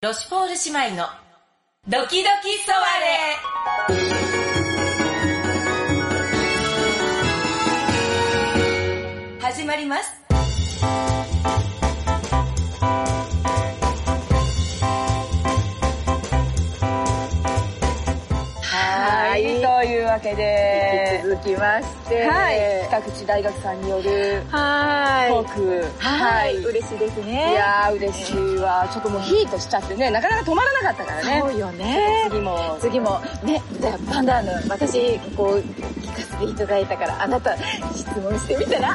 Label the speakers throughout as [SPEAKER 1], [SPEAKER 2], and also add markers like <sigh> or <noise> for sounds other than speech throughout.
[SPEAKER 1] ロシュポール姉妹のドキドキソワレ始まります
[SPEAKER 2] はい、というわけで、
[SPEAKER 3] 続きまして、
[SPEAKER 2] はい、各地大学さんによる
[SPEAKER 3] はい
[SPEAKER 2] トーク、
[SPEAKER 3] はい、
[SPEAKER 2] い
[SPEAKER 3] 嬉しいですね。
[SPEAKER 2] やー嬉しいわ。ちょっともうヒートしちゃってね、なかなか止まらなかったからね。
[SPEAKER 3] そうよね。
[SPEAKER 2] 次も、
[SPEAKER 3] 次も、ね、じゃあパンダーヌ、私、こう、聞かせていただいたから、あなた、質問してみた
[SPEAKER 2] <laughs>
[SPEAKER 3] ら、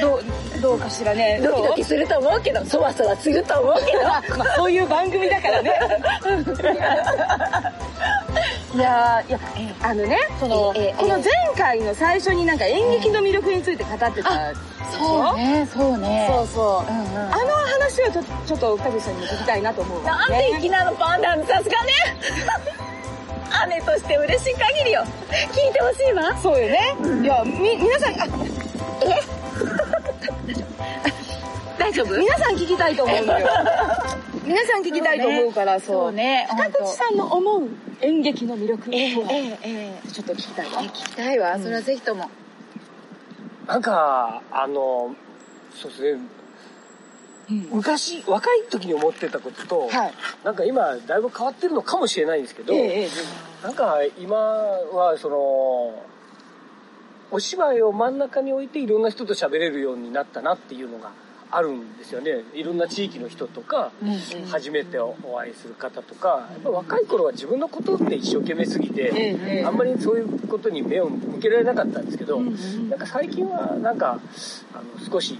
[SPEAKER 2] どう、どうかしらね。
[SPEAKER 3] ドキドキすると思うけど、そわそわすると思うけ
[SPEAKER 2] どうまあそういう番組だからね。 <laughs> いやーいや、あのね、その、
[SPEAKER 3] ええ
[SPEAKER 2] この前回の最初になんか演劇の魅力について語ってたでし
[SPEAKER 3] ど。
[SPEAKER 2] ょ
[SPEAKER 3] ね、そうね
[SPEAKER 2] そうそう。
[SPEAKER 3] うんうん
[SPEAKER 2] あの話をちょちょっと、かずさんに聞きたいなと思うわ
[SPEAKER 3] なんて粋なの、パンダーヌ、さすが
[SPEAKER 2] <laughs>
[SPEAKER 3] ね。姉として嬉しい限りよ。聞いてほしいわ。
[SPEAKER 2] そうよね。いや、み、皆さん、あ、 <laughs>
[SPEAKER 3] 大丈夫
[SPEAKER 2] 皆さん聞きたいと思うの
[SPEAKER 3] <laughs>
[SPEAKER 2] よ。皆さん聞きたいと思うから、そう。
[SPEAKER 3] そうね。
[SPEAKER 2] 北口さんの思う演劇の魅力
[SPEAKER 3] ええ
[SPEAKER 2] とは、
[SPEAKER 3] ええ
[SPEAKER 2] ちょっと聞きたいわ。
[SPEAKER 3] 聞きたいわ。それはぜひとも。
[SPEAKER 4] なんか、あの、そうです
[SPEAKER 2] う
[SPEAKER 4] ね、
[SPEAKER 2] ん
[SPEAKER 4] 昔、若い時に思ってたことと、
[SPEAKER 2] はい。
[SPEAKER 4] なんか今、だいぶ変わってるのかもしれないんですけど、
[SPEAKER 2] ええええ
[SPEAKER 4] なんか今は、その、お芝居を真ん中に置いていろんな人と喋れるようになったなっていうのがあるんですよね。いろんな地域の人とか、
[SPEAKER 2] うんうん
[SPEAKER 4] 初めてお会いする方とか、やっぱ若い頃は自分のことって一生懸命すぎて、
[SPEAKER 2] ええええ
[SPEAKER 4] あんまりそういうことに目を向けられなかったんですけど、
[SPEAKER 2] うんうん
[SPEAKER 4] なんか最近はなんかあの少し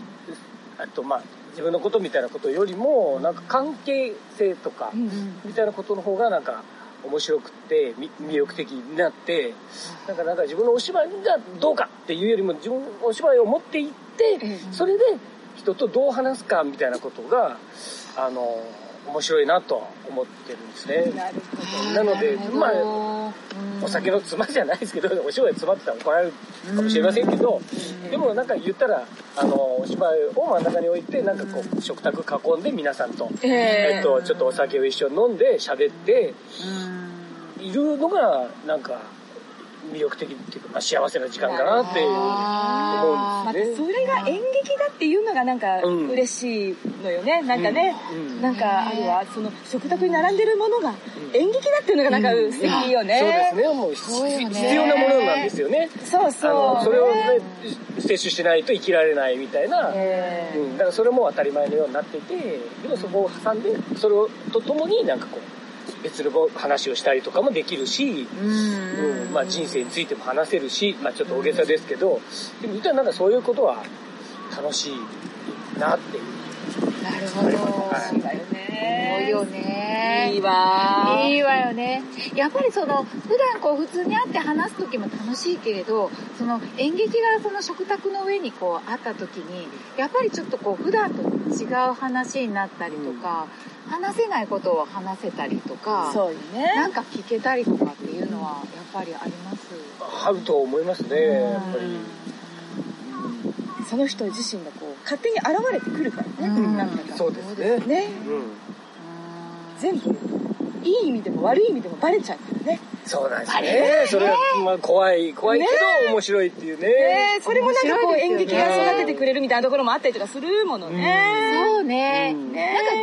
[SPEAKER 4] あとまあ自分のことみたいなことよりもなんか関係性とか
[SPEAKER 2] うんうん
[SPEAKER 4] みたいなことの方がなんか面白くてみ魅力的になってなんかなんか自分のお芝居がどうかっていうよりも自分のお芝居を持っていって
[SPEAKER 2] ええ
[SPEAKER 4] それで人とどう話すかみたいなことがあの面白いなとは思ってるんですね。
[SPEAKER 2] なるほど。
[SPEAKER 4] なので、まあ、
[SPEAKER 3] あ、
[SPEAKER 4] お酒のつまじゃないですけど、お芝居つまってたら怒られるかもしれませんけど、でもなんか言ったら、あの、お芝居を真ん中に置いて、なんかこう、食卓囲んで皆さんと、
[SPEAKER 2] え
[SPEAKER 4] え
[SPEAKER 2] え
[SPEAKER 4] っと、ちょっとお酒を一緒に飲んで喋っているのが、なんか、魅力的っていうか、まあ幸せな時間かなって思
[SPEAKER 2] ま
[SPEAKER 4] う
[SPEAKER 2] た
[SPEAKER 4] んです
[SPEAKER 2] そ
[SPEAKER 4] ね。
[SPEAKER 2] れが演劇だっていうのがなんか
[SPEAKER 4] うん
[SPEAKER 2] 嬉しいのよね。なんかね、
[SPEAKER 4] うんうん
[SPEAKER 2] なんかあるわ、その食卓に並んでるものが演劇だっていうのがなんか素敵よね。
[SPEAKER 4] そうですね、もう
[SPEAKER 3] そうよね
[SPEAKER 4] 必要なものなんですよね。
[SPEAKER 2] そう
[SPEAKER 4] あ
[SPEAKER 2] そう。
[SPEAKER 4] の、それをね、摂取しないと生きられないみたいな。
[SPEAKER 2] ええ
[SPEAKER 4] うん、だからそれも当たり前のようになっていてでもそこを挟んでそれをとともになんかこう別の話をしたりとかもできるし、うんまあ、人生についても話せるし、まあ、ちょっと大げさですけどでも実はなんかそういうことは楽しいなっていう
[SPEAKER 3] なるほど。
[SPEAKER 2] そうだよね。
[SPEAKER 3] 多いよね。
[SPEAKER 2] いいわ
[SPEAKER 3] いいわよね。やっぱりその、普段こう普通に会って話す時も楽しいけれど、その演劇がその食卓の上にこうあった時に、やっぱりちょっとこう普段と違う話になったりとか、話せないことを話せたりとか、
[SPEAKER 2] そうよ
[SPEAKER 3] な
[SPEAKER 2] ね。
[SPEAKER 3] んか聞けたりとかっていうのはやっぱりあります。
[SPEAKER 4] あると思いますねやっぱり。
[SPEAKER 2] その人自身がこう、勝手に現れてくるからね。
[SPEAKER 3] うん
[SPEAKER 2] なんだか。
[SPEAKER 4] そうですね
[SPEAKER 2] ね。
[SPEAKER 4] うん、
[SPEAKER 2] 全部、いい意味でも悪い意味でもバレちゃうからね。
[SPEAKER 4] そうなんですねそれは、まあ、怖い怖いけど面白いっていうね
[SPEAKER 2] ねそれもなんかこう演
[SPEAKER 3] 面白い
[SPEAKER 2] 劇
[SPEAKER 3] ですよね
[SPEAKER 2] が育ててくれるみたいなところもあったりとかするものね。
[SPEAKER 3] そうね。
[SPEAKER 4] うん
[SPEAKER 3] なんか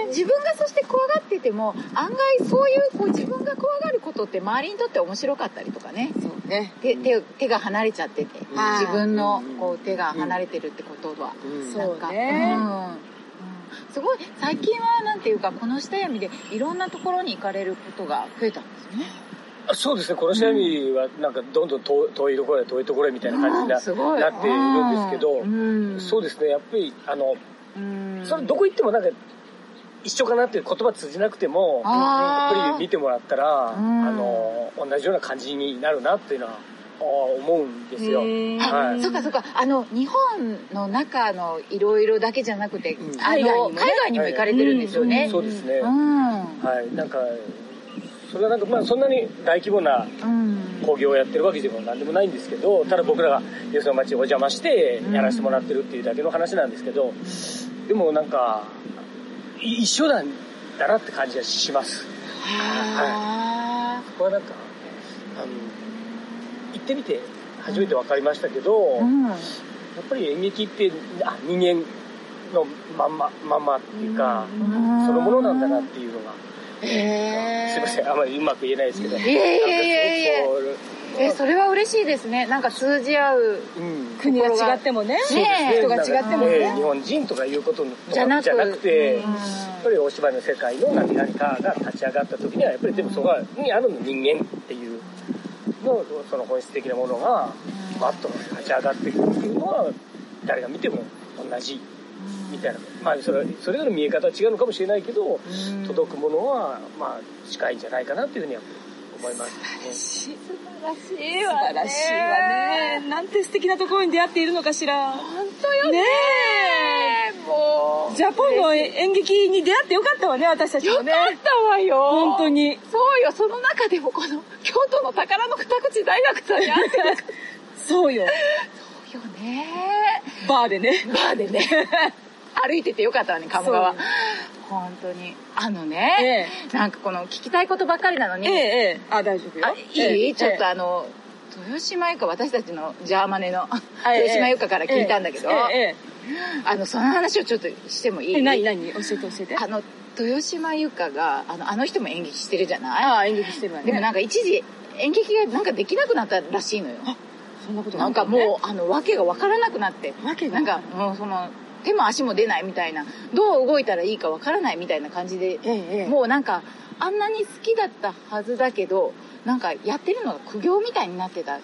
[SPEAKER 3] 自分がそして怖がってても、案外そういうこう自分が怖がることって周りにとって面白かったりとかね。
[SPEAKER 2] そうね。
[SPEAKER 3] 手手手が離れちゃってて、
[SPEAKER 2] はい
[SPEAKER 3] 自分の
[SPEAKER 4] うん
[SPEAKER 3] こう手が離れてるってことは、
[SPEAKER 4] うん
[SPEAKER 3] なんか
[SPEAKER 2] そうね
[SPEAKER 3] うんうんすごい最近はなんていうかこの下闇でいろんなところに行かれることが増えたんですよね
[SPEAKER 4] そうですね、このシャミはなんかどんどん遠遠いところへ遠いところへみたいな感じにな
[SPEAKER 3] あーすごい
[SPEAKER 4] なっているんですけど、
[SPEAKER 3] うん
[SPEAKER 4] そうですね、やっぱり、あの、
[SPEAKER 3] うん
[SPEAKER 4] それどこ行ってもなんか一緒かなっていう言葉通じなくても、や
[SPEAKER 3] あ
[SPEAKER 4] っ
[SPEAKER 3] ー
[SPEAKER 4] ぱり見てもらったら、
[SPEAKER 3] うん
[SPEAKER 4] あの、同じような感じになるなっていうのは、あー思うんですよ。
[SPEAKER 2] へー
[SPEAKER 4] は
[SPEAKER 3] あ
[SPEAKER 4] い
[SPEAKER 3] そっかそっかあの日本の中のいろいろだけじゃなくて、
[SPEAKER 4] うん
[SPEAKER 3] あの
[SPEAKER 2] 海外にもね
[SPEAKER 3] 海外にも行かれてるんですよね、
[SPEAKER 4] そうですね。
[SPEAKER 3] うん
[SPEAKER 4] はい。なんか、それはなんか、まあそんなに大規模な
[SPEAKER 3] うん
[SPEAKER 4] 工業をやってるわけでも何でもないんですけど、ただ僕らがよその町にお邪魔してやらせてもらってるっていうだけの話なんですけど、でもなんか、い一緒なんだなって感じがします。
[SPEAKER 3] は
[SPEAKER 4] ここはなんか、あの、行ってみて初めて分かりましたけど、
[SPEAKER 3] い。うん。
[SPEAKER 4] やっぱり演劇ってあ人間のまんままんまっていうか、
[SPEAKER 3] うん
[SPEAKER 4] そのものなんだなっていうのが、
[SPEAKER 3] へー
[SPEAKER 4] すいませんあまりうまく言えないですけど、
[SPEAKER 3] いえいえいえいえ
[SPEAKER 4] なんか
[SPEAKER 3] え、それは嬉しいですね。なんか通じ合う。
[SPEAKER 4] こううん
[SPEAKER 2] 国が違ってもね。
[SPEAKER 3] ねえ
[SPEAKER 2] 人が違ってもね
[SPEAKER 4] ええ日本人とかいうこと
[SPEAKER 3] じゃなく
[SPEAKER 4] じゃなくて、
[SPEAKER 3] うん
[SPEAKER 4] やっぱりお芝居の世界の何々かが立ち上がった時にはやっぱりでもそこにあるの人間っていうのその本質的なものがバッと立ち上がってくるっていうのは誰が見ても同じみたいなまあそれそれぞれ見え方は違うのかもしれないけど届くものはまあ近いんじゃないかなっていうふうには思います
[SPEAKER 2] 素
[SPEAKER 3] 素晴らしい
[SPEAKER 2] 晴らしいわね。なんて素敵なところに出会っているのかしら。
[SPEAKER 3] 本当よね
[SPEAKER 2] ね
[SPEAKER 3] もう。
[SPEAKER 2] ジャポンの演劇に出会ってよかったわね、私たち
[SPEAKER 3] よか
[SPEAKER 2] も
[SPEAKER 3] っ
[SPEAKER 2] ね。
[SPEAKER 3] たわよ。
[SPEAKER 2] 本当。に。
[SPEAKER 3] そうよ、その中でもこの京都の宝の二口大学さんに会ってる。
[SPEAKER 2] そうよ。
[SPEAKER 3] そうよね。
[SPEAKER 2] バーでね。
[SPEAKER 3] バーでね。歩いててよかったわね、鴨川
[SPEAKER 2] そう。
[SPEAKER 3] 本当に。あのね、なんかこの聞きたいことばっかりなのに、
[SPEAKER 2] <laughs> ええ、ええ。あ、大丈夫よ
[SPEAKER 3] あ。いい、ちょっとあの、豊島由香、私たちのジャーマネの
[SPEAKER 2] ええ
[SPEAKER 3] 豊島由香から聞いたんだけど、
[SPEAKER 2] ええ、え
[SPEAKER 3] あの、その話をちょっとしてもい
[SPEAKER 2] え
[SPEAKER 3] い
[SPEAKER 2] え。何、何教えて教えて。
[SPEAKER 3] あの、豊島由香が、あの、あの人も演劇してるじゃない
[SPEAKER 2] ああ、演劇してるわね。
[SPEAKER 3] でもなんか一時、演劇がなんかできなくなったらしいのよ。
[SPEAKER 2] そんなこと
[SPEAKER 3] なんかもう、あの、訳がわからなくなって。
[SPEAKER 2] う、わけが
[SPEAKER 3] なんか、もうその、手も足も出ないみたいな、どう動いたらいいかわからないみたいな感じで、
[SPEAKER 2] ええ、ええ。
[SPEAKER 3] もうなんか、あんなに好きだったはずだけど、なんかやってるのが苦行みたいになってた時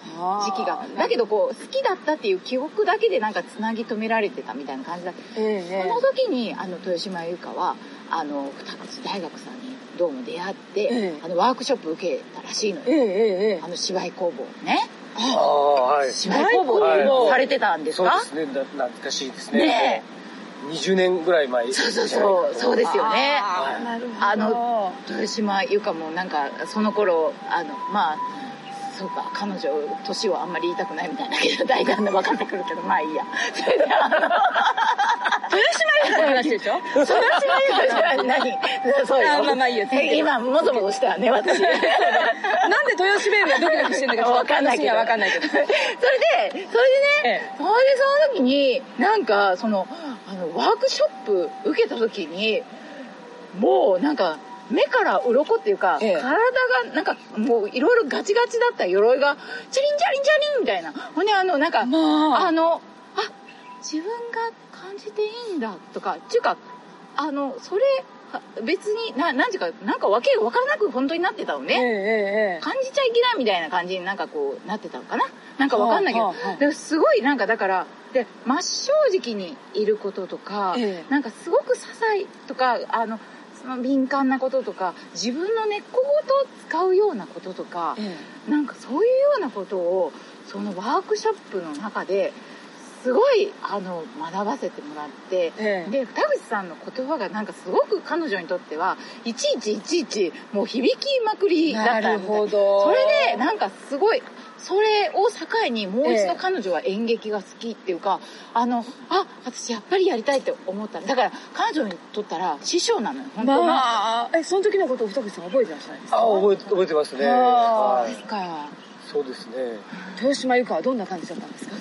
[SPEAKER 3] 期が。だけどこう、好きだったっていう記憶だけでなんか繋ぎ止められてたみたいな感じだった。
[SPEAKER 2] ええ、え
[SPEAKER 3] その時に、あの、豊島由香は、あの、二口大学さんにどうも出会っ
[SPEAKER 2] え
[SPEAKER 3] て
[SPEAKER 2] え、
[SPEAKER 3] あの、ワークショップ受けたらしいの
[SPEAKER 2] え、え
[SPEAKER 3] よ。
[SPEAKER 2] え、ええ
[SPEAKER 3] あ。の、芝居工房ね。
[SPEAKER 4] ああはい
[SPEAKER 3] 芝居工房されてたんです
[SPEAKER 4] そうで
[SPEAKER 3] か
[SPEAKER 4] すねな懐かしいですね
[SPEAKER 3] ね
[SPEAKER 4] 20年ぐらい前
[SPEAKER 3] え。そうそうそう、そうですよね。
[SPEAKER 2] あーなるほど。
[SPEAKER 3] あの、豊島由香もなんか、その頃、あの、まあ、そうか、彼女、年をあんまり言いたくないみたいだけど、大体分かってくるけど、まあいいや。 <laughs> それで、あの、
[SPEAKER 2] 豊島の話でしょ
[SPEAKER 3] 豊島由香じゃ何 <laughs> そう
[SPEAKER 2] あ
[SPEAKER 3] よ。
[SPEAKER 2] まあまあいいよ
[SPEAKER 3] え今、もぞもぞしたわ
[SPEAKER 2] <laughs>
[SPEAKER 3] ね、私。
[SPEAKER 2] なんで豊島がドキドキしてるのか
[SPEAKER 3] わかんないけど
[SPEAKER 2] わかんないけど。
[SPEAKER 3] それで、そ
[SPEAKER 2] ええ
[SPEAKER 3] れでね、それでその時に、なんか、その、あの、ワークショップ受けた時に、もうなんか、目から鱗っていうか、
[SPEAKER 2] ええ
[SPEAKER 3] 体がなんかもういろいろガチガチだった鎧が、チャリンチャリンチャリンみたいな。ほんであの、なんか、
[SPEAKER 2] ま
[SPEAKER 3] あ
[SPEAKER 2] あ、
[SPEAKER 3] の、あ、自分が感じていいんだとか、っていうか、あの、それ、は別に、な、なんていうか、なんかわけわからなく本当になってたのね。
[SPEAKER 2] ええ、ええ、え
[SPEAKER 3] 感じちゃいけないみたいな感じになんかこうなってたのかななんかわかんないけど、
[SPEAKER 2] はあはあはあ
[SPEAKER 3] ですごいなんかだからで真正直にいることとか、
[SPEAKER 2] ええ
[SPEAKER 3] なんかすごく些細とかあのその敏感なこととか自分の根っこごと使うようなこととか
[SPEAKER 2] え、え
[SPEAKER 3] なんかそういうようなことをそのワークショップの中ですごいあの学ばせてもらって、
[SPEAKER 2] ええ
[SPEAKER 3] で田口さんの言葉がなんかすごく彼女にとってはいちいちいちいちもう響きまくりだっ
[SPEAKER 2] な
[SPEAKER 3] た
[SPEAKER 2] る
[SPEAKER 3] みたい
[SPEAKER 2] ほど。
[SPEAKER 3] それでなんかすごいそれを境にもう一
[SPEAKER 2] え
[SPEAKER 3] 度
[SPEAKER 2] え
[SPEAKER 3] 彼女は演劇が好きっていうか、あのあ私やっぱりやりたいって思ったのだから彼女にとったら師匠なのよ本当に、
[SPEAKER 2] まあ、え、その時のことを二口さん覚えてらっしゃるんです
[SPEAKER 4] あ
[SPEAKER 2] か
[SPEAKER 4] 覚えて覚えてますね
[SPEAKER 2] あー
[SPEAKER 4] は
[SPEAKER 3] です
[SPEAKER 4] い
[SPEAKER 3] か
[SPEAKER 4] そうですね
[SPEAKER 2] 豊島由香はどんな感じだったんですか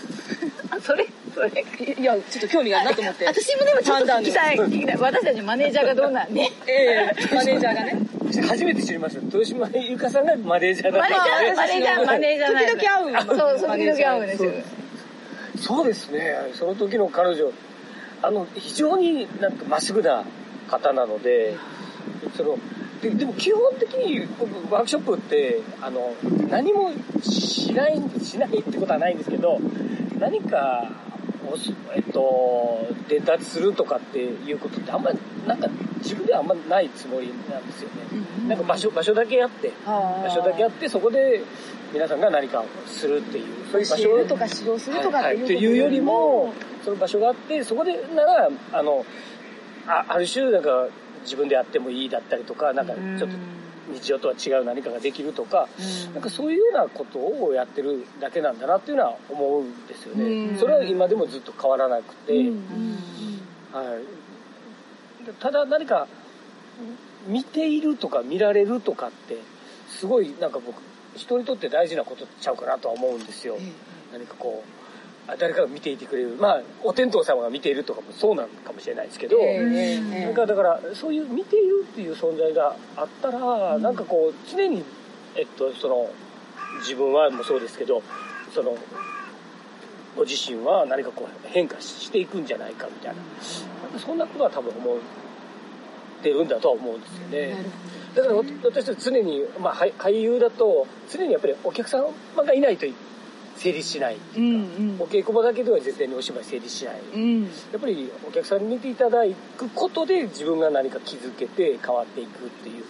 [SPEAKER 3] あそれそれ
[SPEAKER 2] いいや、ちょっと興味があるなと思って。
[SPEAKER 3] 私もでもちょっと聞きた
[SPEAKER 4] 判
[SPEAKER 3] い
[SPEAKER 4] 断
[SPEAKER 3] 聞きたい私たちマネージャーがどんなね
[SPEAKER 2] ええ、マネージャーがね。
[SPEAKER 4] 初めて知りました豊島由香さんがマネージャーだっ
[SPEAKER 3] マネージャ
[SPEAKER 4] た
[SPEAKER 3] ーマネージャーマネージャ
[SPEAKER 2] 時々
[SPEAKER 3] ー
[SPEAKER 2] 会う
[SPEAKER 3] そうそう時々会うんですよ
[SPEAKER 4] そうそうですねその時の彼女あの非常になんかまっすぐな方なのでそのででも基本的に僕ワークショップってあの何もしないしないってことはないんですけど何かおしえっと伝達するとかっていうことってあんまりなんか自分ではあんまないつもりなんですよね。なんか場所場所だけあって場
[SPEAKER 2] 場
[SPEAKER 4] 所だけあってそこで皆さんが何かをするっていうそういう場
[SPEAKER 2] 教え
[SPEAKER 4] 所
[SPEAKER 2] るとか指導するとか
[SPEAKER 4] はいはい
[SPEAKER 2] っていうこと
[SPEAKER 4] よりも、その場所があってそこでならあのあある種なんか自分でやってもいいだったりとかなんかちょっと日常とは違う何かができるとか、なんかそういうようなことをやってるだけなんだなっていうのは思うんですよね、
[SPEAKER 2] うん
[SPEAKER 4] それは今でもずっと変わらなくて、
[SPEAKER 2] うん
[SPEAKER 4] はい、ただ何か見ているとか見られるとかってすごいなんか僕人にとって大事なことちゃうかなとは思うんですよ、何かこうあ誰かが見ていてくれるまあお天道様が見ているとかもそうなのかもしれないですけど、
[SPEAKER 3] え
[SPEAKER 4] なんかだからそういう見ているっていう存在があったら、なんかこう常に、えっと、その自分はもそうですけどそのご自身は何かこう変化していくんじゃないかみたいななんかそんなことは多分思ってるんだとは思うんですよね。だから私たち常に、まあ、俳俳優だと常にやっぱりお客様がいないと成立しないっていうか、お稽古場だけでは絶対にお芝居成立しない。
[SPEAKER 2] うん
[SPEAKER 4] やっぱりお客さんに見ていただくことで自分が何か気づけて変わっていくっていう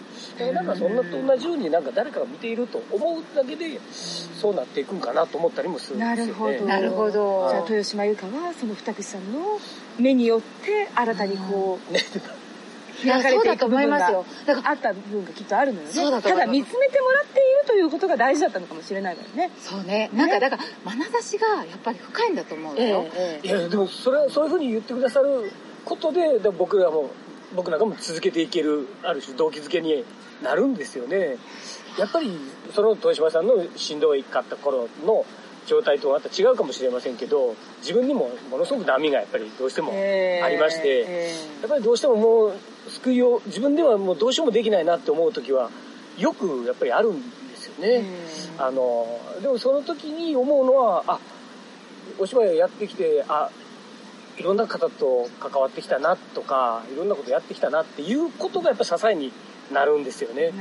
[SPEAKER 4] だからなんかそんなと同じようになんか誰かが見ていると思うだけでそうなっていくんかなと思ったりもするんで
[SPEAKER 2] な
[SPEAKER 4] すよね
[SPEAKER 2] るほど。
[SPEAKER 3] なるほど
[SPEAKER 2] じゃあ、豊島優香は、その二口さんの目によって、新たにこう、
[SPEAKER 3] いや、
[SPEAKER 2] 開かれ
[SPEAKER 3] そう
[SPEAKER 2] て
[SPEAKER 3] だ
[SPEAKER 2] いく
[SPEAKER 3] と
[SPEAKER 2] 部
[SPEAKER 3] 思い
[SPEAKER 2] 分
[SPEAKER 3] ま
[SPEAKER 2] が
[SPEAKER 3] すよ。だから、
[SPEAKER 2] あった部分がきっとあるのよね。
[SPEAKER 3] そうだと
[SPEAKER 2] た
[SPEAKER 3] 思いま
[SPEAKER 2] だ、見
[SPEAKER 3] す
[SPEAKER 2] つめてもらっているということが大事だったのかもしれないわよね。
[SPEAKER 3] そうね。なんか、だから、眼差しがやっぱり深いんだと思うのよ。
[SPEAKER 4] いやでもそれはそういうふうに言ってくださることでで僕らも僕なんかも続けていけるある種動機づけになるんですよねやっぱりその豊島さんのしんどいかった頃の状態とはまた違うかもしれませんけど自分にもものすごく波がやっぱりどうしてもありまして、やっぱりどうしてももう救いを自分ではもうどうしようもできないなって思う時はよくやっぱりあるんですよね。あのでもその時に思うのはあお芝居をやってきてあいろんな方と関わってきたなとかいろんなことやってきたなっていうことがやっぱ支えになるんですよね。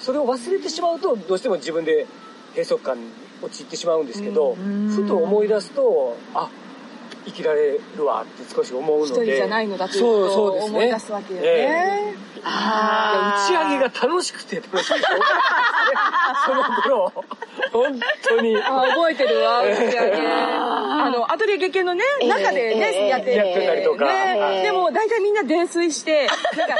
[SPEAKER 4] それを忘れてしまうとどうしても自分で閉塞感に陥ってしまうんですけどふと思い出すとあ生きられるわって少し思うので
[SPEAKER 2] 一人じゃないのだという
[SPEAKER 4] そ
[SPEAKER 2] こ
[SPEAKER 4] う
[SPEAKER 2] と
[SPEAKER 4] そう
[SPEAKER 2] を
[SPEAKER 4] ですね
[SPEAKER 2] 思い出すわけよ
[SPEAKER 4] え
[SPEAKER 2] ね。
[SPEAKER 4] 打ち上げが楽しくて楽しくてしょうがないですねその頃本当に
[SPEAKER 2] あー覚えてるわ、打ち上げ。あの、アトリエ劇のね、中でね、やって
[SPEAKER 4] やってたりとかはい
[SPEAKER 2] ね、でも大体みんな泥酔して、なんか、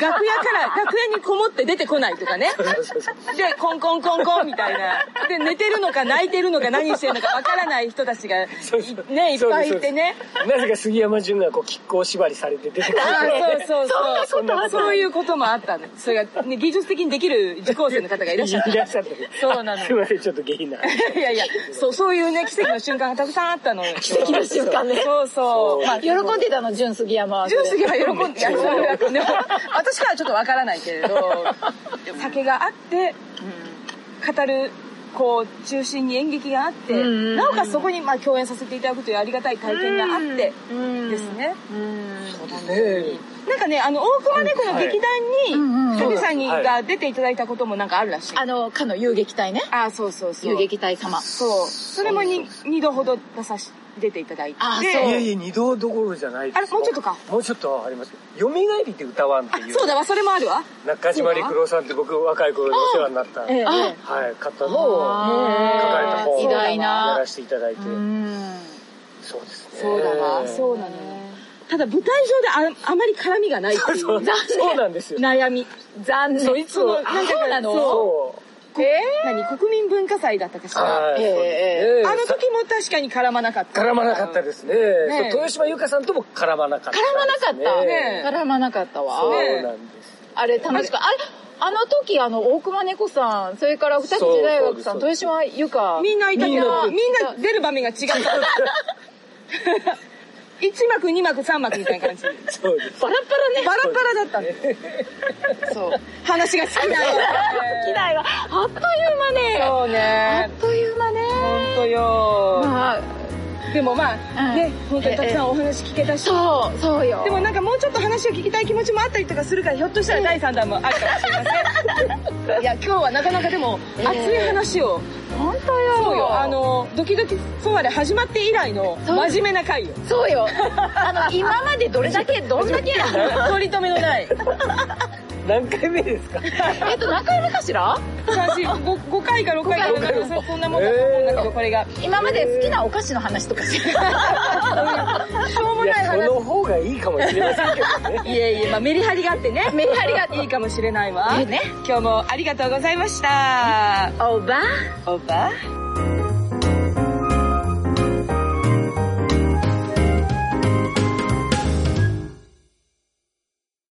[SPEAKER 2] 楽屋から、楽屋にこもって出てこないとかね。
[SPEAKER 4] そうそうそう
[SPEAKER 2] で、コンコンコンコンみたいな。で、寝てるのか泣いてるのか何してるのかわからない人たちが、
[SPEAKER 4] そうそう
[SPEAKER 2] ねいっぱいいてね
[SPEAKER 4] そうですなぜか杉山潤がこう亀甲縛りされて出てくると
[SPEAKER 2] あ
[SPEAKER 4] かね
[SPEAKER 2] ーそうそうそう。
[SPEAKER 4] そんなことない
[SPEAKER 2] そういうこともあったの。それが、ね、技術的にできる受講生の方がいらっしゃっ
[SPEAKER 4] いら
[SPEAKER 2] た。
[SPEAKER 4] っしゃった
[SPEAKER 2] そうなの
[SPEAKER 4] すいませんちょっと
[SPEAKER 2] <laughs>
[SPEAKER 4] 下品ない
[SPEAKER 2] やいや、そう、そういうね、奇跡の瞬間がたくさんあったのよ。奇跡の瞬間ね。そうそう。まあ、
[SPEAKER 5] 喜んでたの、純杉山は。
[SPEAKER 2] ジュースには喜んで、いや、そうやってね、私からはちょっとわからないけれど、 <laughs> 酒があって、語る、こう、中心に演劇があって、なおかつそこに、まあ、共演させていただくというありがたい体験があって、ですね。
[SPEAKER 4] そうですね
[SPEAKER 2] なんかね、あの、大熊猫の劇団に、サビさんに
[SPEAKER 4] はい
[SPEAKER 2] が出ていただいたこともなんかあるらしい。
[SPEAKER 5] あの、かの遊撃隊ね。
[SPEAKER 2] ああ、そうそうそう
[SPEAKER 5] 遊。撃隊様。
[SPEAKER 2] そう。それもに二度ほど出さし、出ていただいて。
[SPEAKER 5] あそう
[SPEAKER 4] いや
[SPEAKER 2] で
[SPEAKER 4] いや二度どころじゃないです
[SPEAKER 2] あれもうちょっとか
[SPEAKER 4] もうちょっとありますよみがえりって歌わんって
[SPEAKER 2] あ
[SPEAKER 4] いう
[SPEAKER 2] そうだわ、それもあるわ。
[SPEAKER 4] 中島陸郎さんって僕若い頃にお世話になった
[SPEAKER 5] ええ
[SPEAKER 4] はい、方の書かれた本
[SPEAKER 5] 偉
[SPEAKER 4] を
[SPEAKER 5] 大
[SPEAKER 4] や
[SPEAKER 5] な
[SPEAKER 4] ら。せていただいてそうですね
[SPEAKER 2] そうだわ、そうなのよ。ただ舞台上でああまり絡みがないっていう
[SPEAKER 4] そうそうなんですよ
[SPEAKER 2] 悩み。
[SPEAKER 5] 残念。
[SPEAKER 2] そういつもなんか
[SPEAKER 5] そうなの
[SPEAKER 4] そう
[SPEAKER 2] こ何国民文化祭だったかしら。あ
[SPEAKER 4] はい
[SPEAKER 5] ええ
[SPEAKER 4] ええ
[SPEAKER 2] の時も確かに絡まなかった。
[SPEAKER 4] 絡まなかったですねそう豊島由香さんとも絡まなかった
[SPEAKER 5] 絡まなかった。
[SPEAKER 4] ね
[SPEAKER 5] 絡まなかったわ。
[SPEAKER 4] そうなんです
[SPEAKER 5] あれ楽しかった。あれ、あの時、あの、大熊猫さん、それから二口大学さん、
[SPEAKER 4] そう
[SPEAKER 5] 豊
[SPEAKER 4] そうです
[SPEAKER 5] 島由香。
[SPEAKER 2] みんないたけど、
[SPEAKER 5] みん
[SPEAKER 2] み
[SPEAKER 5] なん
[SPEAKER 2] な出る場面が <laughs> 違った。1幕、2幕、3幕みたいな感じ。バ
[SPEAKER 4] そうです
[SPEAKER 5] バラバラね。
[SPEAKER 2] ラバラだったんです。 <laughs> そう。話が尽きない。
[SPEAKER 5] 機内は、あっという間ね。
[SPEAKER 2] そう
[SPEAKER 5] あ
[SPEAKER 2] ね
[SPEAKER 5] っ。という間ね。
[SPEAKER 2] 本当よ。
[SPEAKER 5] まあ、
[SPEAKER 2] でもまあ、
[SPEAKER 5] うん
[SPEAKER 2] ね、本当にたくさんお話聞けたし。
[SPEAKER 5] そう、そうよ。
[SPEAKER 2] でもなんかもうちょっと話を聞きたい気持ちもあったりとかするから、ひょっとしたら第3弾もあるかもしれません。いや、今日はなかなかでも、熱い話を。
[SPEAKER 5] 本当よ。
[SPEAKER 2] そうよ、あ、の、ドキドキソワレ始まって以来の真面目
[SPEAKER 5] <laughs>
[SPEAKER 2] な回よ。
[SPEAKER 5] そうよ。あの、今までどれだけ、どんだけ、
[SPEAKER 2] 取り留めのない。
[SPEAKER 4] 何回目ですか
[SPEAKER 5] <laughs> えっと、何回目かしら
[SPEAKER 2] 5, 回か6回かなんかそそんなもんだと思うんだけど、これが。
[SPEAKER 5] 今まで好きなお菓子の話とかして
[SPEAKER 2] <laughs> しょうも
[SPEAKER 4] い
[SPEAKER 2] ない
[SPEAKER 4] やその
[SPEAKER 2] 話。
[SPEAKER 4] 方がいいかもしれませんけどね
[SPEAKER 2] いえいえ、まあメリハリがあってね。
[SPEAKER 5] メリハリがあって
[SPEAKER 2] いいかもしれないわ。
[SPEAKER 5] ええね
[SPEAKER 2] 今日もありがとうございました。
[SPEAKER 5] おば
[SPEAKER 2] おば。